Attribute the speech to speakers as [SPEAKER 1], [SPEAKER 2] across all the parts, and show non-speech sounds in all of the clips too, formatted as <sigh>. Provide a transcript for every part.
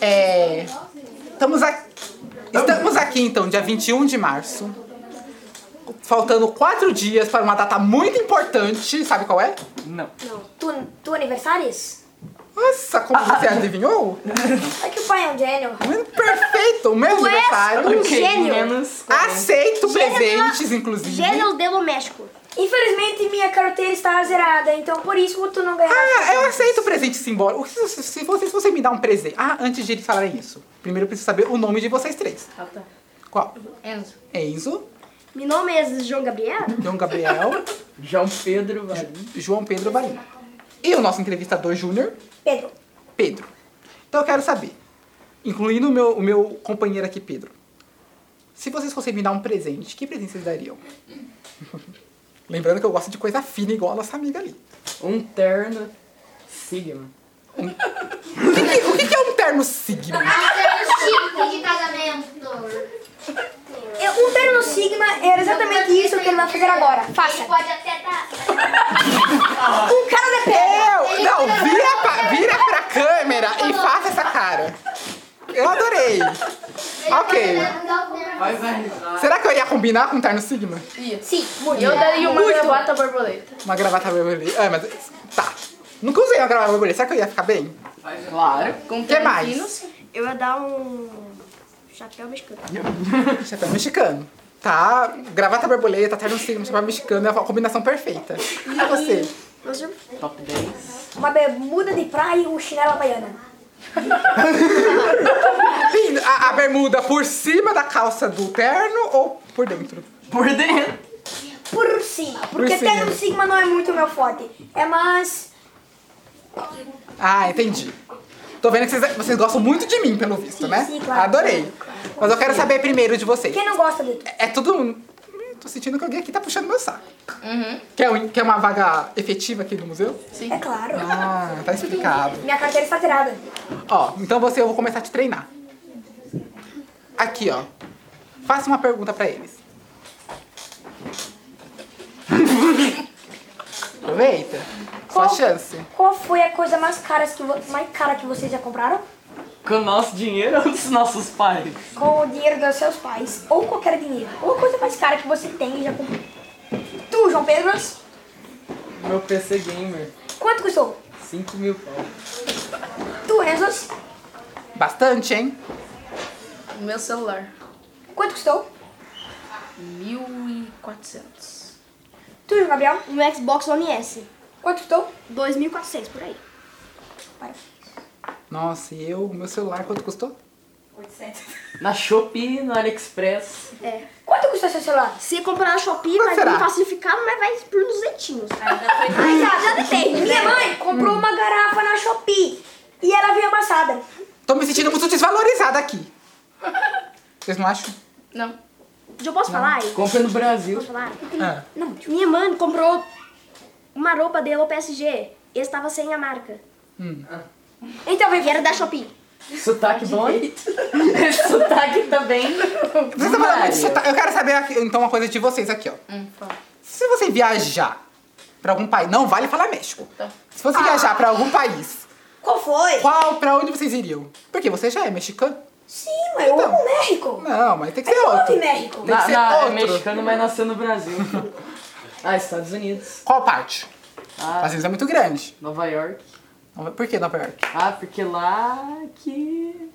[SPEAKER 1] É, estamos, aqui, estamos aqui, então, dia 21 de março. Faltando quatro dias para uma data muito importante. Sabe qual é?
[SPEAKER 2] Não.
[SPEAKER 3] Não. Tu, tu aniversários?
[SPEAKER 1] Nossa,
[SPEAKER 3] <laughs>
[SPEAKER 1] como você adivinhou?
[SPEAKER 3] É que o pai é um gênio.
[SPEAKER 1] Muito perfeito! O meu
[SPEAKER 3] Tu és
[SPEAKER 1] aniversário.
[SPEAKER 3] um gênio.
[SPEAKER 2] Menos.
[SPEAKER 1] Aceito
[SPEAKER 3] Gênio
[SPEAKER 1] presentes,
[SPEAKER 3] pela-
[SPEAKER 1] inclusive.
[SPEAKER 3] Gênio do México.
[SPEAKER 4] Infelizmente, minha carteira está zerada, então por isso tu não ganhaste.
[SPEAKER 1] Ah, eu
[SPEAKER 4] pontos.
[SPEAKER 1] aceito presente simbólico. Se, se, se você, se você me dá um presente. Ah, antes de eles falarem isso, primeiro eu preciso saber o nome de vocês três.
[SPEAKER 3] Tá,
[SPEAKER 1] Qual?
[SPEAKER 5] Enzo.
[SPEAKER 1] Enzo,
[SPEAKER 3] Meu nome é João Gabriel.
[SPEAKER 1] João Gabriel,
[SPEAKER 3] <laughs>
[SPEAKER 2] João Pedro Valim.
[SPEAKER 1] João Pedro Valim. E o nosso entrevistador júnior,
[SPEAKER 4] Pedro,
[SPEAKER 1] Pedro. Então eu quero saber, incluindo o meu, o meu companheiro aqui, Pedro. Se vocês fossem me dar um presente, que presente vocês dariam? <laughs> Lembrando que eu gosto de coisa fina, igual a nossa amiga ali.
[SPEAKER 2] Um terno Sigma.
[SPEAKER 1] O que, que- o que que é um terno sigma?
[SPEAKER 5] Tipo de casamento.
[SPEAKER 4] eu, um termo sigma era exatamente isso que ele vai fazer agora. Faça.
[SPEAKER 5] Ele pode até tá.
[SPEAKER 4] Um cara de pedra.
[SPEAKER 1] Eu! Não, vira pra, vira pra câmera e faça essa cara. Eu adorei. Ok.
[SPEAKER 2] Vai, vai.
[SPEAKER 1] Será que eu ia combinar com um terno sigma?
[SPEAKER 4] Sim, muito.
[SPEAKER 6] Eu daria um. uma gravata borboleta.
[SPEAKER 1] Uma gravata borboleta. Ah, mas... Tá. Nunca usei uma gravata borboleta. Será que eu ia ficar bem?
[SPEAKER 2] Claro.
[SPEAKER 6] Com
[SPEAKER 1] Que mais?
[SPEAKER 6] pedacinhos.
[SPEAKER 3] Eu ia dar um chapéu mexicano.
[SPEAKER 1] <laughs> Chapéu mexicano. Tá. Gravata borboleta, terno sigma, chapéu mexicano. É a combinação perfeita. E você?
[SPEAKER 3] Mas eu-
[SPEAKER 2] Top 10.
[SPEAKER 4] Uma bermuda de praia e um chinelo baiana.
[SPEAKER 1] Lindo. A, a bermuda por cima da calça do terno ou por dentro?
[SPEAKER 2] Por dentro.
[SPEAKER 4] Por cima. Porque
[SPEAKER 1] cima.
[SPEAKER 4] termo sigma não é muito meu forte. É mais.
[SPEAKER 1] Ah, entendi. Tô vendo que vocês, vocês gostam muito de mim, pelo visto, né?
[SPEAKER 4] sim, claro.
[SPEAKER 1] Adorei. Mas eu quero saber primeiro de vocês.
[SPEAKER 4] Quem não gosta de tu?
[SPEAKER 1] É tudo. um- Hum, Tô sentindo que alguém aqui tá puxando meu saco.
[SPEAKER 4] Uhum.
[SPEAKER 1] Quer, um- quer uma vaga efetiva aqui no museu?
[SPEAKER 4] É claro.
[SPEAKER 1] Ah, tá explicado.
[SPEAKER 4] Minha carteira está zerada.
[SPEAKER 1] Ó, então você, eu vou começar a te treinar. Aqui, ó. Faça uma pergunta pra eles. Aproveita. Sua
[SPEAKER 4] Qual-
[SPEAKER 1] chance.
[SPEAKER 4] Qual foi a coisa mais cara que, vo- mais cara que vocês já compraram?
[SPEAKER 2] Com o nosso dinheiro ou dos nossos pais?
[SPEAKER 4] Com o dinheiro dos seus pais. Ou qualquer dinheiro. Ou a coisa mais cara que você tem e já comprou. Tu, João Pedro,
[SPEAKER 2] Meu PC Gamer.
[SPEAKER 4] quanto custou?
[SPEAKER 2] 5 mil pau.
[SPEAKER 4] Tu, Enzo,
[SPEAKER 1] Bastante, hein?
[SPEAKER 6] O meu celular.
[SPEAKER 4] quanto custou?
[SPEAKER 6] 1.400.
[SPEAKER 4] Tu, João Gabriel,
[SPEAKER 3] Um Xbox One S.
[SPEAKER 4] quanto custou?
[SPEAKER 3] 2.400 por aí.
[SPEAKER 4] Vai.
[SPEAKER 1] Nossa, e eu, meu celular, quanto custou?
[SPEAKER 2] Na Shopee, no AliExpress.
[SPEAKER 3] É.
[SPEAKER 4] Quanto custou seu celular?
[SPEAKER 3] Se comparar no Shopee,
[SPEAKER 1] Quanto
[SPEAKER 3] vai
[SPEAKER 1] será?
[SPEAKER 3] vir falsificado, mas vai por 200.
[SPEAKER 4] Mas ah, já depende. Minha mãe
[SPEAKER 3] Hum.
[SPEAKER 4] comprou uma garrafa na Shopee e ela veio amassada.
[SPEAKER 1] Tô me sentindo muito desvalorizada aqui. Vocês não acham?
[SPEAKER 6] Não.
[SPEAKER 3] Já posso falar? Eu
[SPEAKER 2] Compra no Brasil.
[SPEAKER 3] Posso falar?
[SPEAKER 1] Ah.
[SPEAKER 3] Não, minha mãe comprou uma roupa da Hello PSG. E estava sem a marca.
[SPEAKER 4] Então vem
[SPEAKER 3] E era da Shopee.
[SPEAKER 2] Sotaque bom hein? Esse <laughs> sotaque também.
[SPEAKER 1] Vocês estão tá falando muito de sotaque. Eu quero saber aqui, então uma coisa de vocês aqui, ó.
[SPEAKER 4] Hum,
[SPEAKER 1] Se você viajar pra algum país, não vale falar México. Se você viajar pra algum país,
[SPEAKER 4] Qual foi?
[SPEAKER 1] qual pra onde vocês iriam? Porque você já é mexicano.
[SPEAKER 4] Sim, mas eu amo o México.
[SPEAKER 1] Não, mas tem que ser
[SPEAKER 4] Eu amo
[SPEAKER 1] Então. É outro.
[SPEAKER 4] o México.
[SPEAKER 1] Tem que
[SPEAKER 2] Na,
[SPEAKER 1] ser
[SPEAKER 2] na, é
[SPEAKER 1] outro.
[SPEAKER 2] mexicano, mas nasceu no Brasil. ah, Estados Unidos.
[SPEAKER 1] Qual parte?
[SPEAKER 2] Ah,
[SPEAKER 1] Às vezes é muito grande.
[SPEAKER 2] Nova York.
[SPEAKER 1] Por que Nova York?
[SPEAKER 2] Ah, porque lá que.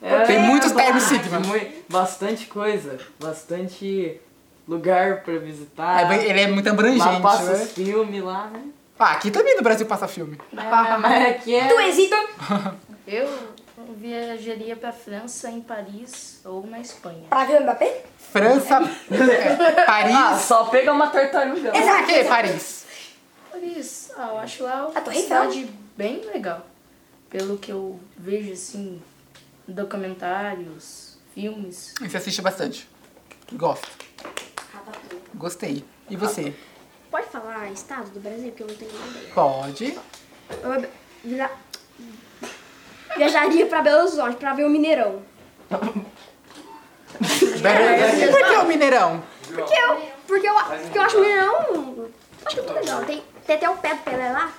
[SPEAKER 3] É,
[SPEAKER 2] é
[SPEAKER 1] Tem muitos
[SPEAKER 2] lá-
[SPEAKER 1] termos sigma.
[SPEAKER 2] mui- Bastante coisa. Bastante lugar pra visitar.
[SPEAKER 1] É bem- ele é muito
[SPEAKER 2] lá
[SPEAKER 1] abrangente,
[SPEAKER 2] passa
[SPEAKER 1] né?
[SPEAKER 2] os filmes lá, né?
[SPEAKER 1] Ah, aqui também no Brasil passa filme.
[SPEAKER 2] Ah, mas aqui é.
[SPEAKER 4] Tu, Exito,
[SPEAKER 6] É, Eu viajaria pra França, em Paris ou na Espanha.
[SPEAKER 4] pra ver o Mbappé?
[SPEAKER 3] <laughs>
[SPEAKER 1] França, é,
[SPEAKER 2] Ah,
[SPEAKER 1] Paris.
[SPEAKER 2] só pega uma tartaruga.
[SPEAKER 1] <laughs>
[SPEAKER 3] Ah.
[SPEAKER 2] lá.
[SPEAKER 1] Por que Paris?
[SPEAKER 6] Paris, ah, eu acho lá
[SPEAKER 4] A
[SPEAKER 6] uma
[SPEAKER 4] Torre então?
[SPEAKER 6] cidade bem legal. Pelo que eu vejo, assim, documentários, filmes.
[SPEAKER 1] Você assiste bastante. Gosto. Gostei. E você?
[SPEAKER 3] Pode falar estado do Brasil, porque eu não tenho nada.
[SPEAKER 1] Pode.
[SPEAKER 3] Eu vira... viajaria pra Belo Horizonte pra ver o Mineirão. É.
[SPEAKER 1] E por que o Mineirão?
[SPEAKER 3] Porque eu, porque eu, porque eu acho o Mineirão. Acho que tudo legal. Tem, tem até o pé do Pelé lá.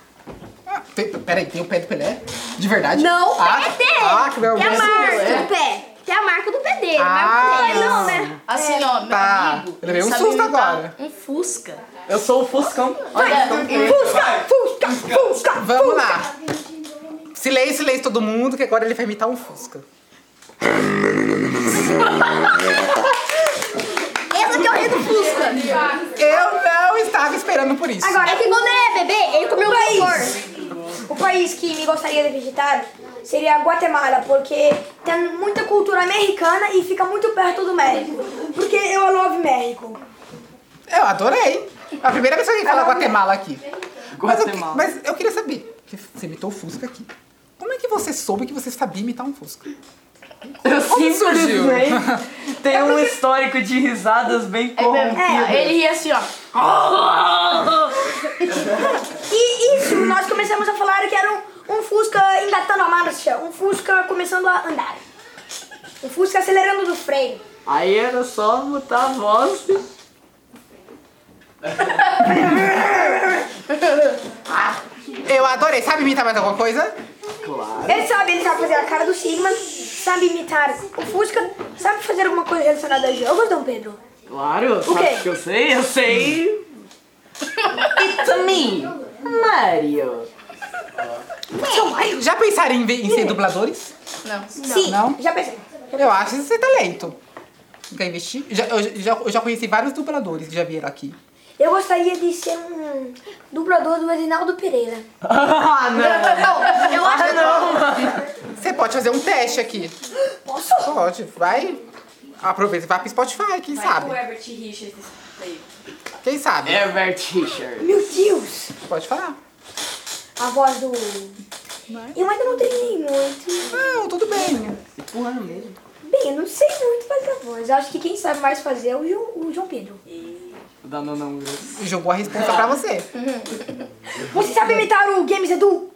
[SPEAKER 1] Ah, tem- peraí, tem o pé do Pelé? De verdade?
[SPEAKER 3] Não,
[SPEAKER 1] ah,
[SPEAKER 3] é dele.
[SPEAKER 1] Ah, que
[SPEAKER 3] Tem a
[SPEAKER 1] vergonha.
[SPEAKER 3] marca do pé.
[SPEAKER 4] é
[SPEAKER 3] Tem a marca do pé dele. mas
[SPEAKER 1] Ah,
[SPEAKER 3] não tem, não,
[SPEAKER 1] não.
[SPEAKER 3] né?
[SPEAKER 6] Assim, ó, meu
[SPEAKER 1] Tá.
[SPEAKER 6] amigo.
[SPEAKER 1] Eu levei um
[SPEAKER 6] sabe
[SPEAKER 1] susto
[SPEAKER 6] imitar
[SPEAKER 1] agora.
[SPEAKER 6] Um Fusca.
[SPEAKER 2] Eu sou o Fuscão.
[SPEAKER 6] Olha,
[SPEAKER 1] Fusca, Fusca, Fusca. Vamos lá. Silêncio, silêncio todo mundo, que agora ele vai imitar um <laughs> Fusca.
[SPEAKER 3] Essa que é o rei do Fusca.
[SPEAKER 1] Eu não estava esperando por isso.
[SPEAKER 4] Agora,
[SPEAKER 3] É que quando ele é bebê, ele comeu um flor.
[SPEAKER 4] O país que me gostaria de visitar seria a Guatemala, porque tem muita cultura americana e fica muito perto do México. Porque eu love México.
[SPEAKER 1] Eu adorei. É a primeira vez que alguém fala Guatemala aqui. Mas eu, que-
[SPEAKER 2] Guatemala.
[SPEAKER 1] mas eu queria saber, que você imitou o Fusca aqui. Como é que você soube que você sabia imitar um Fusca?
[SPEAKER 2] Eu
[SPEAKER 1] surgiu?
[SPEAKER 2] simplesmente tenho um histórico de risadas bem corrompidas.
[SPEAKER 6] é, ele ia assim, ó.
[SPEAKER 4] E isso, nós começamos a falar que era um, um Fusca engatando a marcha, um Fusca começando a andar. Um Fusca acelerando do freio.
[SPEAKER 2] Aí era só mutar a voz.
[SPEAKER 1] Eu adorei. Sabe imitar mais alguma coisa?
[SPEAKER 2] Claro.
[SPEAKER 4] Ele sabe, ele sabe fazer a cara do Sigma, sabe imitar o Fusca, sabe fazer alguma coisa relacionada a jogos, Dom Pedro?
[SPEAKER 2] Claro,
[SPEAKER 4] quê?
[SPEAKER 2] sabe o que eu sei? Eu sei. It's me, Mario. <laughs>
[SPEAKER 4] São Mario?
[SPEAKER 1] Já pensaram em, ver- em ser dubladores?
[SPEAKER 6] Não.
[SPEAKER 4] Sim,
[SPEAKER 1] Não?
[SPEAKER 4] já pensei.
[SPEAKER 1] Eu acho que você é talento. Quer investir? Já, eu, já, eu já conheci vários dubladores que já vieram aqui.
[SPEAKER 4] Eu gostaria de ser um dublador do Edinaldo Pereira.
[SPEAKER 2] Ah, não.
[SPEAKER 6] Eu acho que
[SPEAKER 1] Você pode fazer um teste aqui.
[SPEAKER 4] Posso?
[SPEAKER 1] Pode, vai. Aproveita e vai pro Spotify, quem sabe?
[SPEAKER 7] O Herbert Richards aí.
[SPEAKER 1] Quem sabe?
[SPEAKER 2] Herbert Richard.
[SPEAKER 4] Meu Deus!
[SPEAKER 1] Pode falar.
[SPEAKER 4] A voz do... Eu ainda não treinei muito.
[SPEAKER 1] Não, tudo bem.
[SPEAKER 2] Porra mesmo.
[SPEAKER 4] Bem, eu não sei muito fazer a voz. Eu acho que quem sabe mais fazer é o João, o João Pedro.
[SPEAKER 2] Da Nanão Grosso.
[SPEAKER 1] Jogou a resposta pra você.
[SPEAKER 4] Você sabe imitar o Games Edu?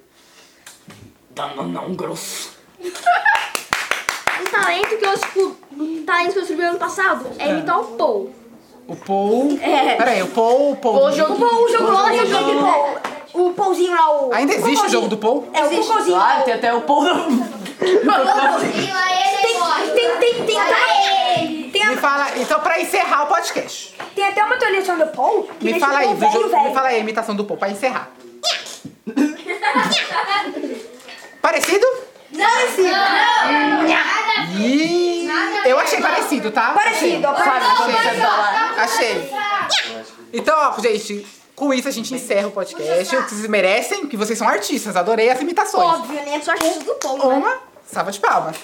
[SPEAKER 2] Da Nanão Grosso.
[SPEAKER 3] Um talento que eu descu- um talento que eu descobri ano passado é imitar o Paul.
[SPEAKER 1] O Paul.
[SPEAKER 3] É.
[SPEAKER 1] Peraí, o Paul. O Paul.
[SPEAKER 6] o jogo.
[SPEAKER 4] O jogo lá, o jogo de Paul. O Paulzinho lá, o...
[SPEAKER 1] Ainda existe o
[SPEAKER 4] Cocôzinho.
[SPEAKER 1] jogo do Paul?
[SPEAKER 4] É, o Cocôzinho.
[SPEAKER 2] Claro, tem até o Paul
[SPEAKER 5] Viva ele, morre.
[SPEAKER 4] Tem, tem, tem,
[SPEAKER 5] Vai ele.
[SPEAKER 4] tem,
[SPEAKER 1] Me
[SPEAKER 4] a-
[SPEAKER 1] fala. Então, pra encerrar o podcast,
[SPEAKER 4] tem até uma atualização do Paul que
[SPEAKER 1] me
[SPEAKER 4] deixa
[SPEAKER 1] fala aí,
[SPEAKER 4] o
[SPEAKER 1] do
[SPEAKER 4] velho,
[SPEAKER 1] jogo-
[SPEAKER 4] velho.
[SPEAKER 1] me fala aí a imitação do Paul, pra encerrar. parecido?
[SPEAKER 4] Não, sim.
[SPEAKER 1] Ih, eu achei parecido, tá?
[SPEAKER 4] Parecido, ó.
[SPEAKER 2] Sabe quando
[SPEAKER 4] parecido.
[SPEAKER 2] você tá lá?
[SPEAKER 1] Achei. Então, ó, gente, com isso a gente encerra o podcast. O que vocês merecem, que vocês são artistas. Adorei as imitações.
[SPEAKER 3] Óbvio, né? Eu sou artista do Paul, né?
[SPEAKER 1] Uma salva de palmas.